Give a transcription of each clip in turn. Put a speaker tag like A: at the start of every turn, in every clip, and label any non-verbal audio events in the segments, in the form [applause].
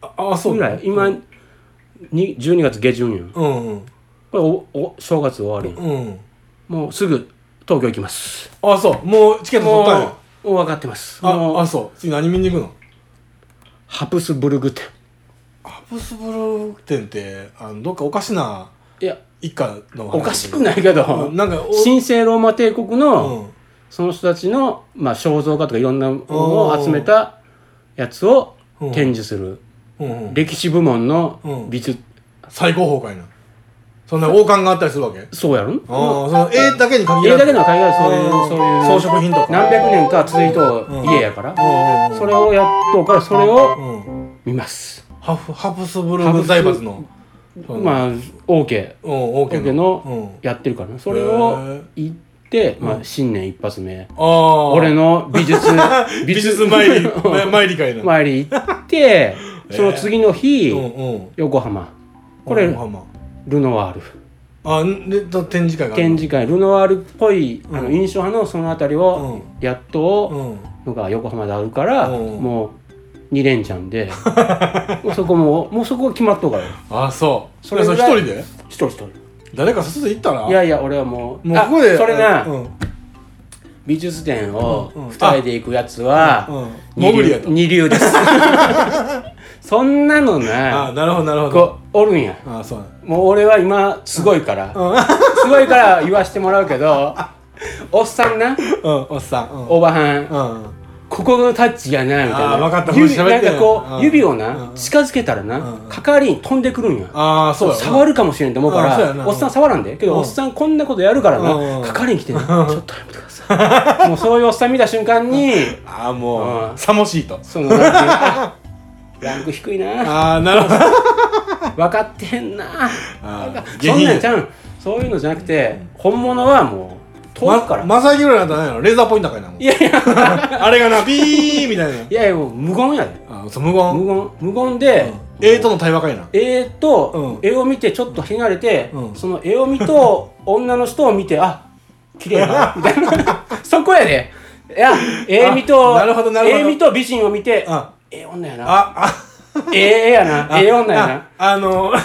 A: ああそう
B: ぐらい今、に12月下旬やんこ
A: うんうん
B: れおお正月終わるやん
A: うん
B: もうすぐ東京行きます
A: ああそうもうチケット取っ
B: もう
A: たんや
B: もう分かってますもう
A: ああそう次何見に行くの
B: ハプスブルグ店
A: ハプスブルク店ってあのどっかおかしない
B: や
A: 一家の話
B: おかしくないけど
A: うんなんかお
B: 神聖ローマ帝国
A: う
B: の、
A: ん
B: その人たちの、まあ、肖像画とかいろんなものを集めたやつを
A: うん
B: 展示する
A: うんうん
B: 歴史部門の美術、
A: 最高峰かいなそんな王冠があったりするわけあ
B: そうやろ
A: あその絵だけに限
B: 絵
A: らず
B: だけの海外そうい
A: あ
B: う
A: ー
B: そういう
A: 装飾品とか
B: 何百年か続いと家やから、
A: うんうんうん
B: それをやっとうからそれを
A: うん
B: 見ます、
A: ハフハプスブルク財閥のあ
B: まあ OK
A: うん王家
B: OK
A: う
B: の
A: ん
B: やってるからねそれ
A: へ
B: を
A: ー
B: 行って、まあ、新年一発目、
A: ああ
B: 俺の美術
A: [laughs] 美術
B: [laughs]
A: 参りま参り会な
B: 参り行ってその次の日、
A: うんうん
B: 横浜これ
A: 横浜
B: ルノワール
A: あでと展示会がある
B: 展示会ルノワールっぽい、あ
A: う
B: の
A: ん
B: 印象派のその辺りをやっと
A: うん
B: のが横浜であるから、
A: うん
B: もう2連チャン
A: [laughs]
B: でもうそこももうそこ決まっとうから
A: あそうそ
B: そ
A: れ
B: れ
A: そ
B: ぐ
A: れ
B: らい
A: 一人で
B: 一人一人
A: 誰か誘って行ったら
B: いやいや俺はもう
A: もうここで
B: あそれな、
A: うん
B: 美術展を
A: うんうん
B: 2人で行くやつは、
A: うん
B: 二
A: モグ
B: 流
A: リやと
B: 二流です
A: [laughs]
B: そんなの
A: あ
B: な
A: なるほどなるほど
B: こうおるんや
A: あそうなん
B: もう俺は今すごいから、
A: うん
B: すごいから言わしてもらう
A: [laughs]
B: けどおっさんな
A: うんおっさんうん
B: おばはん
A: うん
B: ここのタッチやなみたいな
A: あーわかった
B: 指
A: これ喋
B: な
A: っ
B: ん
A: てる
B: かこう、
A: うん
B: 指をな、
A: うん
B: 近づけたらな、
A: うん
B: 係に飛んでくるんや、
A: ああそうやな
B: 触るかもしれんと思うか
A: あそうや
B: ら、
A: な
B: おっさん触らんでけど、
A: うん
B: おっさんこんなことやるからな、
A: うん
B: 係に来てな、ちょっとやめてくださいもうそういうおっさん見た瞬間に
A: ああも
B: う
A: うんさもしいと
B: そのなんていうのあランク [laughs] 低いな
A: ああな
B: [laughs]
A: るほど
B: 分かってへんな
A: あー下
B: そん
A: 品
B: なん
A: や
B: ちゃうんそういうのじゃなくて本物はもう遠くから、
A: ま正木ぐらいなんてないのレーザーポインターかいなもん
B: いやいや
A: あれがなピーみたい
B: いやいやもう無言やで
A: なあそう無言
B: 無言無言で、
A: A との対話かいな
B: 絵と、
A: うん
B: 絵を見てちょっと離れて、
A: うん
B: その絵を見と女の人を見てあ綺麗や
A: [laughs]
B: なみたいなそこやでいや絵見と
A: あなるほどなるほど
B: 絵見と美人を見て
A: あ
B: ええ女やな
A: ああ
B: ええやなええ女やな
A: ああの [laughs]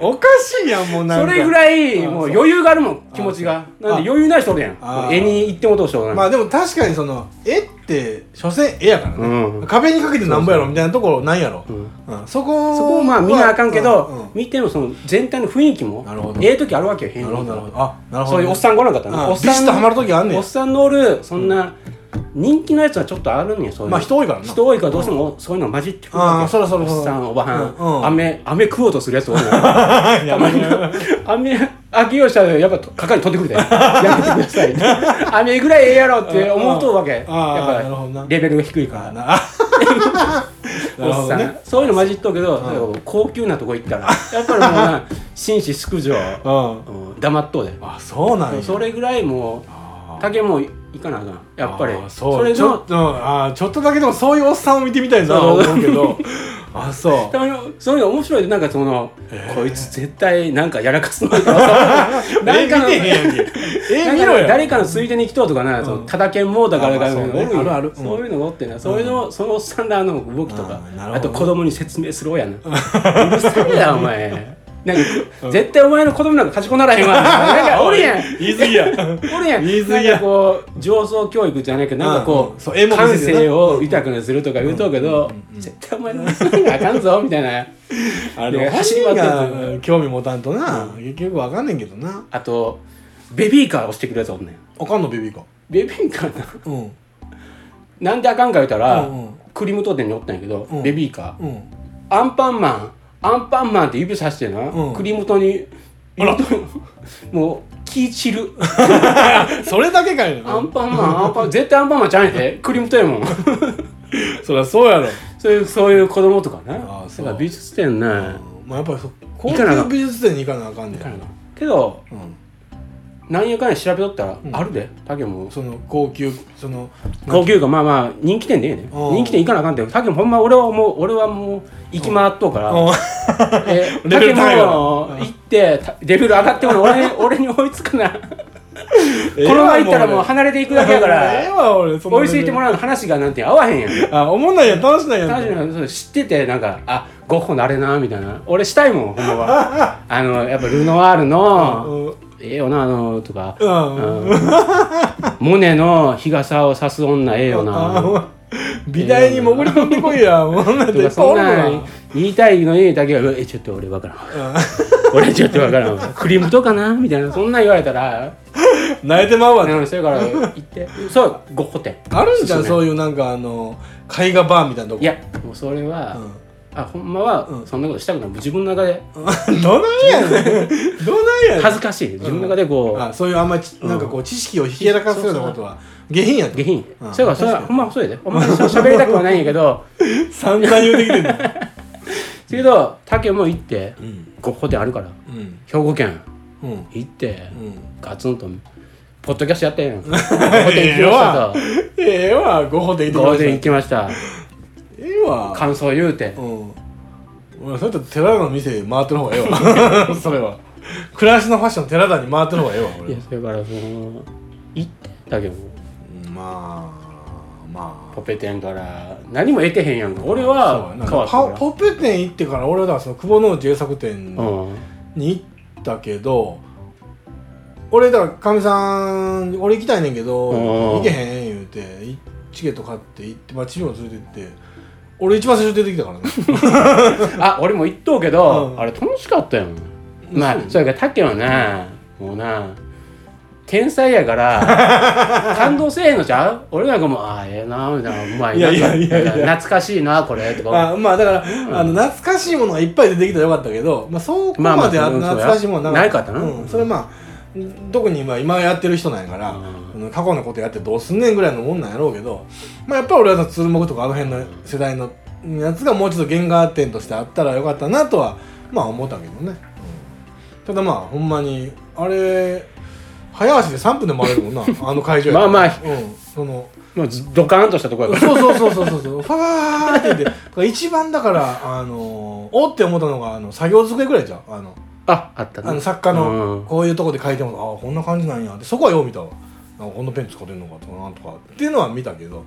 A: おかしいやんもうなん
B: そ
A: か
B: れぐらい
A: あ
B: も
A: そうう
B: 余裕があるもん気持ちが
A: そう
B: なんで余裕ない人おるや
A: あ
B: ん絵に行ってもどうしようが
A: ま
B: な
A: あ
B: い、
A: でも確かにその絵って所詮絵やからね、
B: うん
A: 壁にかけてなんぼやろみたいなところなんやろ、うんそこは
B: そこをまあ見なあかんけど、
A: うんうん
B: 見てもその全体の雰囲気も
A: なるほど
B: ええ時あるわけよ変
A: な
B: に
A: るほどなるほどあなるほど
B: そういうおっさんごらんかったな
A: あ
B: おっさん
A: ビシッとハマる時あんねん
B: おっさんのおるそんな人気のやつはちょっとあるんやそういう
A: まあ人多いからな
B: 人多いからどうしてもそういうの混じってくるわけ
A: ああそらそらそら
B: おっさんおばは
A: うんうん
B: ん飴飴食おうとするやつ多い
A: [laughs]
B: な
A: や
B: [laughs]
A: ばいな
B: 飴あげようしたらやっぱ係取ってくるでやめてください飴ぐらいええやろって思うとるわけやっ
A: ああなるほど
B: ぱ
A: な
B: レベルが低いか
A: あ
B: ら
A: なあ [laughs] なる
B: [laughs] お
A: ほど
B: っさ
A: ね
B: んそういうの混じっとうけどだから高級なとこ行ったらやっぱりも
A: [laughs]
B: うな紳士淑女
A: うん
B: うん黙っとうで
A: あそうなんや
B: それぐらいもう
A: あ
B: 竹もいかなあかんやっぱり
A: あ
B: そ
A: そう
B: れ
A: ちょ
B: の
A: っとあちょっとだけでもそういうおっさんを見てみたいなと思うけど [laughs] あそ
B: たまにそういうの面白いでなんかその、
A: えー
B: こいつ絶対なんかやらかすの
A: [laughs]
B: か [laughs] なんかの
A: え見てへんやんけえ
B: なん
A: 見
B: か
A: ろよ [laughs]
B: 誰かのついでに来とうとかな、そのただけんもうだから
A: あまあ
B: が
A: そうね
B: おんや
A: あるあるうん
B: そういうのがおってな、そういうのそのおっさんらの動きとか
A: あーな
B: あ
A: るほど
B: と子供に説明する
A: [laughs]
B: 親なうるさいなお前なんか、絶対お前の子供なんかかしこならへんわ
A: [laughs]
B: なんかおるやん
A: 言い過ぎや
B: [laughs] おるやん
A: 言い過ぎや
B: なんかこう上層教育じゃないけどなんか
A: うん
B: こ
A: うん
B: う,、
A: そう絵も見
B: 感
A: せてな
B: 性を豊かにするとか言うとうけど、絶対お前の娘があかんぞみたいな
A: あ
B: い
A: れ
B: や
A: 走り
B: 走り回ってる
A: が興味持たんとな結局わかんねんけどな
B: あとベビーカー押してくるやつおんねん
A: あかんのベビーカー
B: ベビーカーな
A: うん
B: なんであかんか言うたら、
A: うんうん
B: クリームトーテンにおったんやけど、
A: うん
B: ベビーカー、
A: うん
B: アンパンマンアンパンマンって指さしてな、
A: うん
B: クリームトに
A: あら
B: [laughs] もう気散る
A: それだけかい
B: ア
A: な
B: ンパンマンアンパン絶対アンパンマンちゃうんやでクリームトやもん [laughs]
A: そりゃそうやろ
B: そういうそういう子供とかなだ
A: あーそう
B: から美術展ね、
A: まあやっぱりそ高
B: 行かなあか
A: 級
B: ん
A: 美術展に行かなあかんねん
B: かなけど
A: うん
B: なんやかんや調べとったら、
A: うん
B: あるで竹も
A: その高級その
B: 高級がまあまあ人気店でええねん
A: うん
B: 人気店行かなあかんって竹もほんま俺はもう俺はもう行き回っとうから、
A: うん
B: え
A: [laughs] レベル
B: 竹
A: 高いわ [laughs]
B: も行ってたレベル上がってもらう俺に俺に追いつくな [laughs] このまま行ったらもう離れていくだけやか
A: [laughs] ええ
B: ら
A: わ俺そんな
B: 追いついてもらうの話がなんて合わへんやん
A: あおもんないやん楽しないやん
B: 単純にそう知っててな
A: [laughs]
B: んかあゴッホのあれなみたいな俺したいもんほん
A: [laughs]
B: まはあのやっぱルノワールの
A: うん
B: ええよなあのとか、
A: うん
B: うんモネの日傘を差す女ええよなと
A: あ美大に潜り込んでこい [laughs] やもんなんていっぱ
B: か
A: いお
B: そん
A: る
B: な
A: も
B: ん
A: ん
B: 言いたいのにだけはうわえちょっと俺わからん
A: な
B: 俺ちょっとわか
A: [laughs]
B: らんクリームとかなみたいなそんなん言われたら
A: うん泣いてまうわ
B: うんそれから行ってそうゴッホ店
A: あるんじゃ
B: お
A: ん
B: すすめ
A: そういうなんかあの絵画バーみたいなとこ
B: いやもうそれは、
A: うん
B: あほんまは、
A: うん
B: そんなことしたくない自分の中で
A: [laughs] どないやねんどないやねん
B: 恥ずかしい自分の中でこう、
A: あそういうあんまりちなんかこう知識をひけらかすようなことは下品や
B: 下
A: で
B: 品
A: うん
B: そういえばそれはほんまそうやでお前喋りたくはないんやけど
A: 散々言うてきてんの
B: そけど竹も行って
A: うん
B: ゴッホ店あるから
A: [laughs] うん
B: 兵庫県
A: うん
B: 行って
A: うん
B: ガツンとポッドキャストやったんや
A: [laughs]
B: んゴッホ店行きましたと
A: ええわごほでいて
B: ゴッホ店
A: え
B: 行きました
A: えわ
B: 感想言うて
A: うん俺それと寺の店回ってる方がええわ [laughs] それは暮らしのファッション寺田に回ってる方がええわ
B: い
A: 俺
B: やそれからその行ってだけど
A: うんまあまあ
B: ポペ店から何も得てへんやんか俺
A: そ
B: は
A: うやな
B: 変わった
A: パ
B: か
A: ポップ店行ってから俺はだからその久保の制作店
B: らうん
A: に行ったけど俺だからかみさん俺行きたいねんけど
B: うん
A: 行けへん言うていチケット買って行ってまあチリも連れて行って俺一番最初に出てきたからね
B: あ俺も行っとうけど、
A: うん
B: あれ楽しかったよまあそれからタケはなもうな天才やか
A: [laughs]
B: ら感動せえへんのちゃう俺なんかもうああええなみたいなうまいない
A: やいやいやいや
B: 懐かしいなこれとか
A: まあまあだから、あの懐かしいものがいっぱい出てきたらよかったけど、まあ、そこ
B: まあまあ
A: まであ
B: そうそうや
A: 懐かしいものは
B: ないかったな
A: うん、それまあ特に今今やってる人なんやから、うん過去のことやってどうすんねんぐらいのもんなんやろうけど、まあ、やっぱ俺は鶴木とかあの辺の世代のやつがもうちょっと原画展としてあったらよかったなとはまあ思ったけどね、ただまあほんまにあれ早足で3分で回れる
B: [laughs]
A: もんなあの会場やから
B: まあまあ
A: うん、その
B: もうずドカーンとしたとこやから
A: そうそうそうそうそうそうファーって言って一番だからあのおって思ったのがあの作業机ぐらいじゃんあの
B: ああった
A: あの
B: な
A: 作家
B: う
A: の
B: ん
A: こういうとこで書いてもああこんな感じなんやってそこはよう見たわなんかこんなペン使ってんのかとかなんとかっていうのは見たけど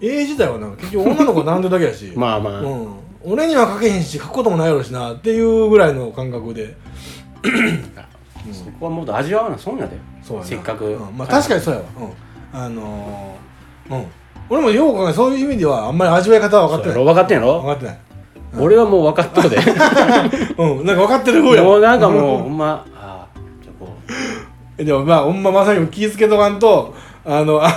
A: 絵自体はなんか結局女の子並んでるだけやし
B: [laughs] まあまあ、
A: うん、俺には書けへんし書くこともないやろしなっていうぐらいの感覚で
B: そこはもっと味わうな損やで
A: そうやな
B: せっかく、
A: うんまあ確かにそうやわ、うん、あのーうん俺もよう考えそういう意味ではあんまり味わい方は分かって
B: そう
A: な
B: や
A: い
B: ろ分かってんや
A: 分
B: ろ
A: かってない
B: 俺はもう分かっとうで
A: [laughs] うん、なんか分かってる風や
B: も
A: わ
B: うなんかもうほんまああじゃあこう
A: えでもまあほんままさに気ぃつけとかんとあのあ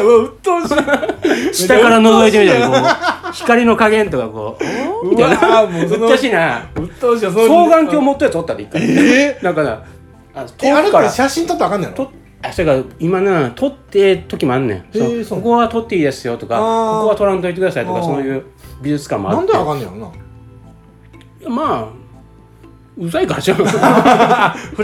A: うわうっとうしい
B: 下から覗いてみたらこう光の加減とか
A: [laughs]
B: こうおーみたいう
A: わ
B: な
A: ーもうそ
B: ずっ
A: の
B: としいな
A: うっとうしいわその
B: 双眼鏡持ったやつおったで一回
A: え
B: なんかなあ
A: ー、え
B: 遠
A: あれ
B: くか
A: って
B: ら
A: 写真撮ったらあかんねやろ
B: とあそれから今な撮って時もあんねん
A: えー
B: そ
A: そう
B: のここは撮っていいですよとか
A: あ
B: こ
A: ー
B: こは撮らんといてくださいと
A: あ
B: か
A: ー
B: そういう美術館もあ
A: な
B: っ
A: ん
B: て
A: であかんねやろない
B: やまあうざ
A: [laughs]
B: いからじゃん
A: フラ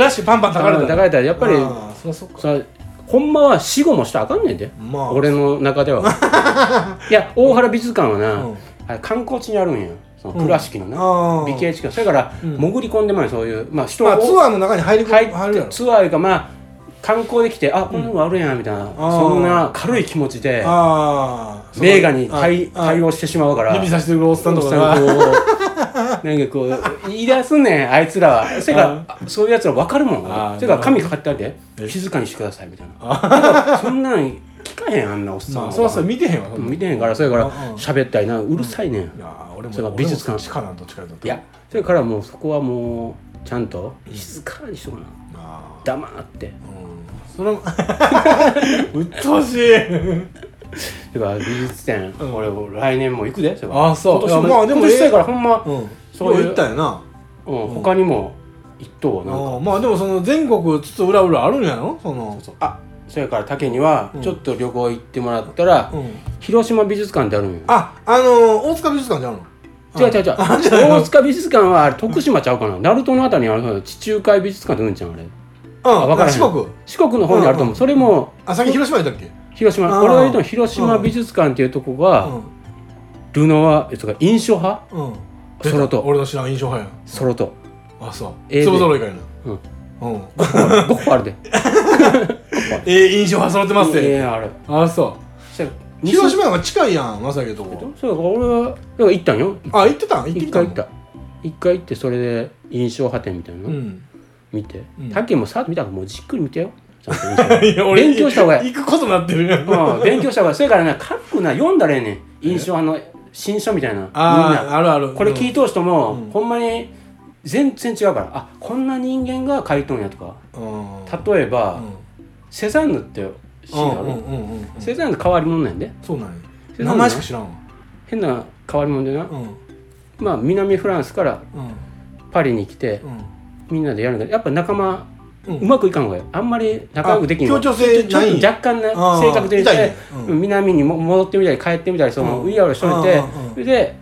A: ッシュパンパン
B: 高い高いたらやっぱり
A: ああそりゃそっか
B: それほんまは死後もしたらあかんねんで
A: まあ
B: 俺の中では
A: [laughs]
B: いや大原美術館はな、
A: うん
B: あれ観光地にあるんやその倉敷のな、
A: ああ
B: 美形地区それから
A: うん
B: 潜り込んでまいそういうまあ人
A: まあ
B: が
A: ツアーの中に入り込
B: 入
A: 入
B: って
A: るやろ
B: ツアーいうかまあ観光で来てあこんなのがあるやんみたいなそんな軽い気持ちで
A: ああ
B: 名画に対
A: ああ
B: 対応してしまうから
A: 指さしてるおっさんとか
B: お
A: が
B: っ
A: [laughs]
B: さんこうなんかこう言い出すねんあいつらはそれからあそういうやつら分かるも
A: あー
B: んそれから髪かかってある
A: え
B: で静かにしてくださいみたいなそんなん聞かへんあんなおっさん
A: ま
B: は
A: あそりゃそう見てへんわそんな
B: 見てへんからそれから
A: うんうん
B: 喋ったりなうるさいねん
A: いやー俺
B: それ
A: も
B: は美術館
A: 俺も地下なんと近いと
B: いやそれからもうそこはもうちゃんと静かにしとかな
A: あ
B: 黙って
A: あうんそれもうっとうしい
B: だから美術展、
A: うん
B: 俺も来年も行くでそれ
A: あそう
B: 今年も
A: いやまあ
B: で
A: で
B: も
A: も
B: 今年だからほんま、うん
A: うん
B: そういう
A: よう言ったよな
B: 他にも行っとうな
A: ああまあでもその全国つつ裏裏あるんやろその
B: そうあそれから竹には
A: うん
B: ちょっと旅行行ってもらったら、
A: うん
B: 広島美術館ってあるんよ
A: ああのー、大塚美術館じゃんの
B: 違う違う違う大塚美術館はあれ徳島ちゃうかな鳴門のあたりにあるの地中海美術館ってうんちゃんあれ
A: うん
B: わからへん
A: 四国
B: 四国の方にあると思う、それも
A: あ先広島行ったっけ
B: 広島
A: あー
B: 俺が言うと広島美術館っていうとこが、
A: う
B: ルノワえとか印象派
A: んうん
B: ソロと
A: 俺の知らん印象派やん
B: ソロと
A: あそう
B: ええで
A: 粒揃いかいな
B: うん
A: うん
B: 5個あるで
A: ええ印象は揃ってます
B: い
A: ね、
B: やあれ
A: あそう
B: したら
A: 広島の方が近いやんまさきとこ
B: そうだから俺はだから行ったんよ
A: あ行ってたん行って
B: 一
A: きた
B: 回
A: ん
B: 行った一回行ってそれで印象派展みたいなの、
A: うん
B: 見て
A: うん
B: 竹、もさっと見たからもうじっくり見
A: [laughs]
B: てよちゃんと印象派
A: いや俺
B: 勉強した方がい
A: 行くことになってるやん
B: うん勉強した方がそれからね各な読んだらええねん印象派の新書みたいなみん
A: あ
B: な
A: ああるある
B: これ聞い通しても、
A: うん
B: ほんまに全然違うからあこんな人間が書いとんやとか
A: うん
B: 例えば、
A: うん
B: セザンヌって知
A: う
B: る
A: ん
B: やろ
A: うんうんうんうん
B: セザンヌ変わり者なんやで
A: そうなんや
B: セザンヌ
A: 名前しか知らんわ
B: 変な変わり者でな、
A: うん
B: まあ南フランスから
A: うん
B: パリに来て
A: うん
B: みんなでやるんだけどやっぱ仲間
A: うん
B: うまくいかんわよあんまり仲良くできんわ
A: あ協調性
B: ちょ
A: ない
B: ちょっと若干な
A: あー
B: 性格で言っ
A: 痛い
B: て
A: ねうん
B: 南にも戻ってみたり帰ってみたりその
A: うん
B: うやうやしといて
A: うんうんうん
B: それで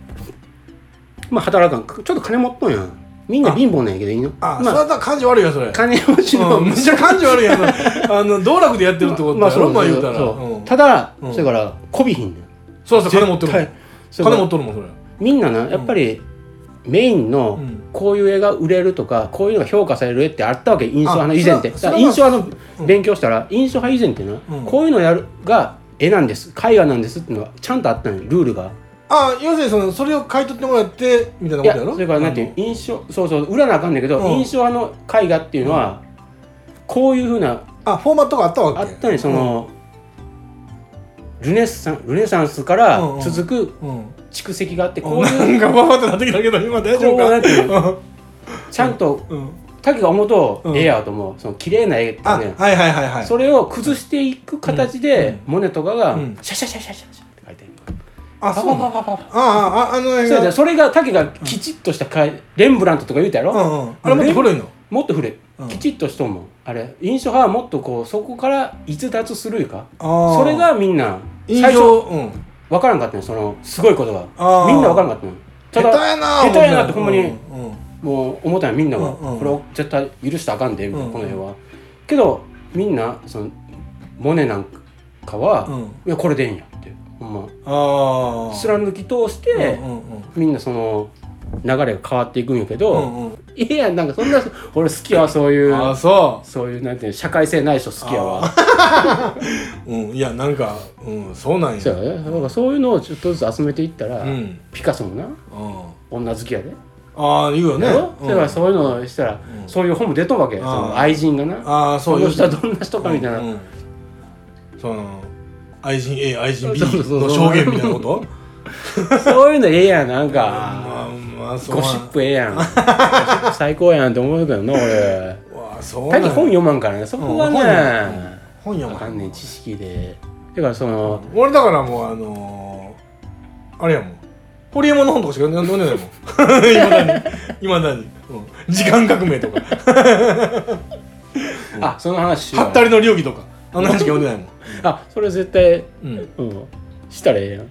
B: まあ働かんちょっと金持っとんやんみんな貧乏なんやけどいいの
A: あ、
B: ま
A: それだったら感じ悪いよそれ
B: 金持ちの
A: うん、めっちゃ感じ悪いやん [laughs] あの道楽でやってるってこと
B: まあ
A: だ
B: そ
A: ろ、
B: う
A: まあ、言うたら
B: そううんただ
A: うん
B: それからこびひんねん
A: そうそう金持ってるも
B: 絶
A: ん
B: それ
A: 金
B: か
A: 持
B: ら
A: っとるもんそれう
B: みんななやっぱりメインの
A: ん
B: こういう絵が売れるとかこういうのが評価される絵ってあったわけ印象派の
A: あ
B: 以前ってだ
A: それ
B: か
A: はそれは
B: ら印象派
A: うん
B: の勉強したら印象派以前ってな、
A: うん
B: こういうのやるが絵なんです絵画なんですっていうのはちゃんとあったのよルールが
A: あ要するにそのそれを買い取ってもらってみたいないことや
B: や
A: ろ
B: それからなんていう印象そうそう売らなあかんねんけど、
A: うん
B: 印象派の絵画っていうのは、こういうふうな
A: あフォーマットがあったわけ
B: あったねその、ルネッサンルネサンスから
A: うんうん
B: 続く
A: うん、うん
B: 蓄積があって、こ
A: [laughs]
B: う
A: ない
B: うん
A: かわーってなってきたけど今大丈
B: こう
A: 夫
B: な
A: か
B: んていうの
A: うん
B: ちゃんと
A: うん
B: 竹が思うと
A: うん
B: 絵やと思う、その綺麗な絵って
A: あ
B: ね
A: はいはいはいはい
B: それを崩していく形で、モネとかが、
A: うん
B: シャシャシャシャシャシャって書いてる
A: あ
B: パ
A: そうな
B: パ
A: の
B: パパパパ
A: ああああの
B: そ
A: 映
B: うだ
A: 画
B: よそれが竹がきちっとしたかいレンブラントとか言うたやろ、
A: うんうんあれもっと古いの
B: もっと古い、
A: うん
B: きちっとしとんもんあれ印象派はもっとこうそこから逸脱するいうか
A: あー
B: それがみんな
A: 印
B: 最初
A: 象うん
B: 分からんかったねそのすごいことが
A: あー
B: みんな分からんかったねた
A: 下手
B: だ
A: やな
B: 下手やなってほんまに
A: うんうん
B: もう思ったよみんなが、
A: うんうん
B: これを絶対許したらあかんでみたいな、
A: うん
B: この絵はけどみんなそのモネなんかは、
A: うん
B: いやこれでいいんやってほんま
A: ああ
B: 貫き通して、
A: うんうんうん
B: みんなその流れが変わっていくんやけ
A: う
B: ど、
A: んうん
B: いやなんかそんな俺好きやわそういう
A: ああそ
B: そういうなんていうの社会性ない人好きやわ
A: ううんいやなんかうんそうなん
B: そう
A: や
B: やねなんかそういうのをちょっとずつ集めていったら、
A: うん
B: ピカソもな
A: うん
B: 女好きやで、
A: ああ言うよね
B: だろ
A: うん
B: だからそういうのをしたら、
A: うん
B: そういう本も出とんわけよ
A: あ
B: そ
A: ー
B: の愛人がな
A: ああそ
B: そうの人はどんな人かみたいな、
A: うんうんその愛人 A 愛人 B
B: そうそうそう
A: の証言みたいなこ
B: [laughs]
A: と
B: そういうのええやんなん
A: まあ
B: か、
A: まあそう
B: ゴ
A: な
B: シップええやんゴシップ最高やんって思うけどな俺
A: わあそうな
B: 大
A: ん
B: 抵
A: や
B: 本読まんからねそこが
A: うん本読
B: ね、
A: 本
B: わ
A: 読
B: か
A: ま
B: んねえ
A: ん
B: 知識でだからその、
A: 俺だからもうあのーあれやもんホリエモンの本とかしか読んでないもん [laughs] いまだにいまだに、うん、時間革命とか
B: あその話しよう
A: ハッタリの流儀とかあんなのしか読んでないもん
B: あそれ絶対、
A: うん
B: うん、したらええやん